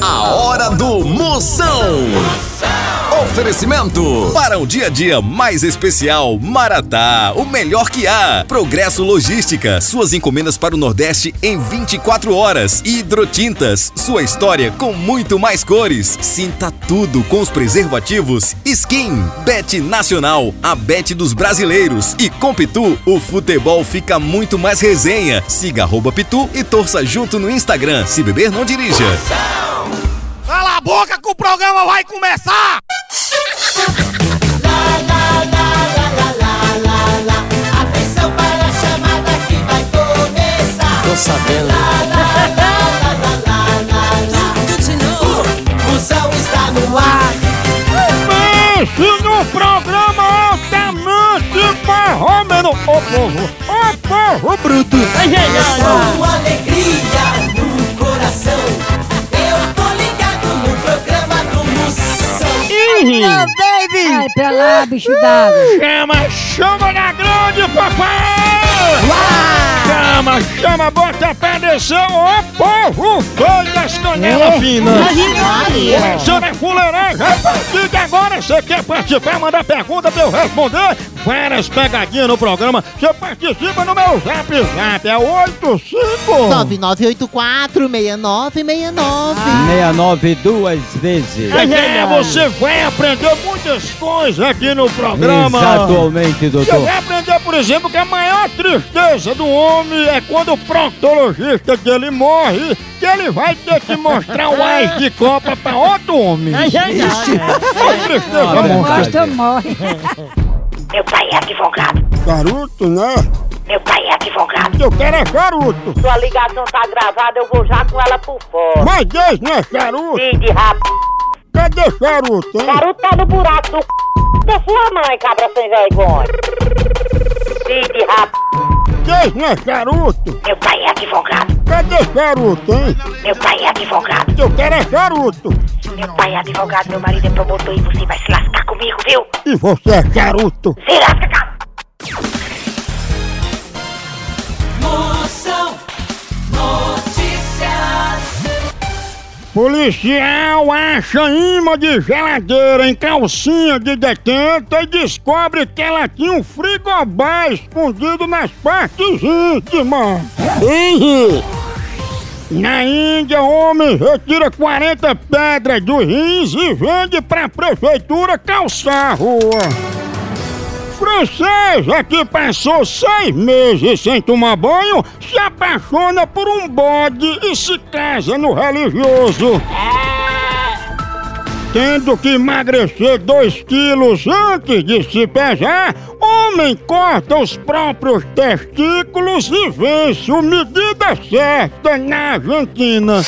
A hora do Moção. Oferecimento para um dia a dia mais especial, Maratá, o melhor que há. Progresso Logística, suas encomendas para o Nordeste em 24 horas. Hidrotintas, sua história com muito mais cores. Sinta tudo com os preservativos Skin, Bet Nacional, a Bet dos brasileiros. E com Pitu, o futebol fica muito mais resenha. Siga arroba Pitu e torça junto no Instagram. Se beber, não dirija. Cala a boca que o programa vai começar! Atenção para a chamada que vai começar. Tô sabendo. Moção está no ar. Pense num programa altamente marromeno! Ô povo! Ô povo bruto! Com alegria no coração. Eu tô ligado no programa do Moção. Ih! Ai, pra lá, bicho d'água. Chama, chama na grande, papai! Chama, chama, bota a pé desceu, ô povo! Dois das canelas finas! Começando a fuleiragem, a partir de agora você quer participar, mandar pergunta pra eu responder? Várias pegadinhas no programa, você participa no meu zap zap, é 85... 9984-6969. 69 duas vezes. É, é, você vai aprender muitas coisas aqui no programa! Exatamente, Você doutor. vai aprender, por exemplo, que a maior tristeza do homem é quando o proctologista dele morre, que ele vai ter que mostrar o ás de copa pra outro homem. É tristeza, Ah, amor. Gosta, morre. Meu pai é advogado. Garoto, né? Meu pai é advogado. Eu quero é garoto. Sua ligação tá gravada, eu vou já com ela por fora. Mas Deus não é charuto. Filho de rap. Cadê charuto, hein? Garoto tá no buraco do c... da sua mãe, cabra sem vergonha. Filho de rap. Deus não é charuto. Meu pai é advogado. Cadê charuto, hein? Meu pai é advogado. Eu quero é charuto. Meu pai é advogado, meu marido é promotor e você vai se lascar comigo, viu? E você é charuto. Se lasca, cara. Moção Notícias. Policial acha imã de geladeira em calcinha de detenta e descobre que ela tinha um frigobar escondido nas partes íntimas. Na Índia, um homem retira 40 pedras dos rins e vende pra prefeitura calçar a rua. Francesa que passou seis meses sem tomar banho se apaixona por um bode e se casa no religioso. Tendo que emagrecer dois quilos antes de se pesar, homem corta os próprios testículos e vence o medida certa na Argentina.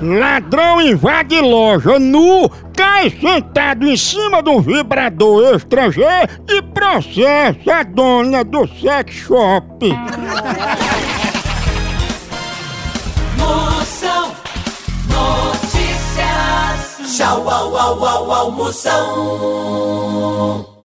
Ladrão invade loja nu, cai sentado em cima de um vibrador estrangeiro e processa a dona do sex shop. Moção Notícias. Tchau, au, au, au, au, moção.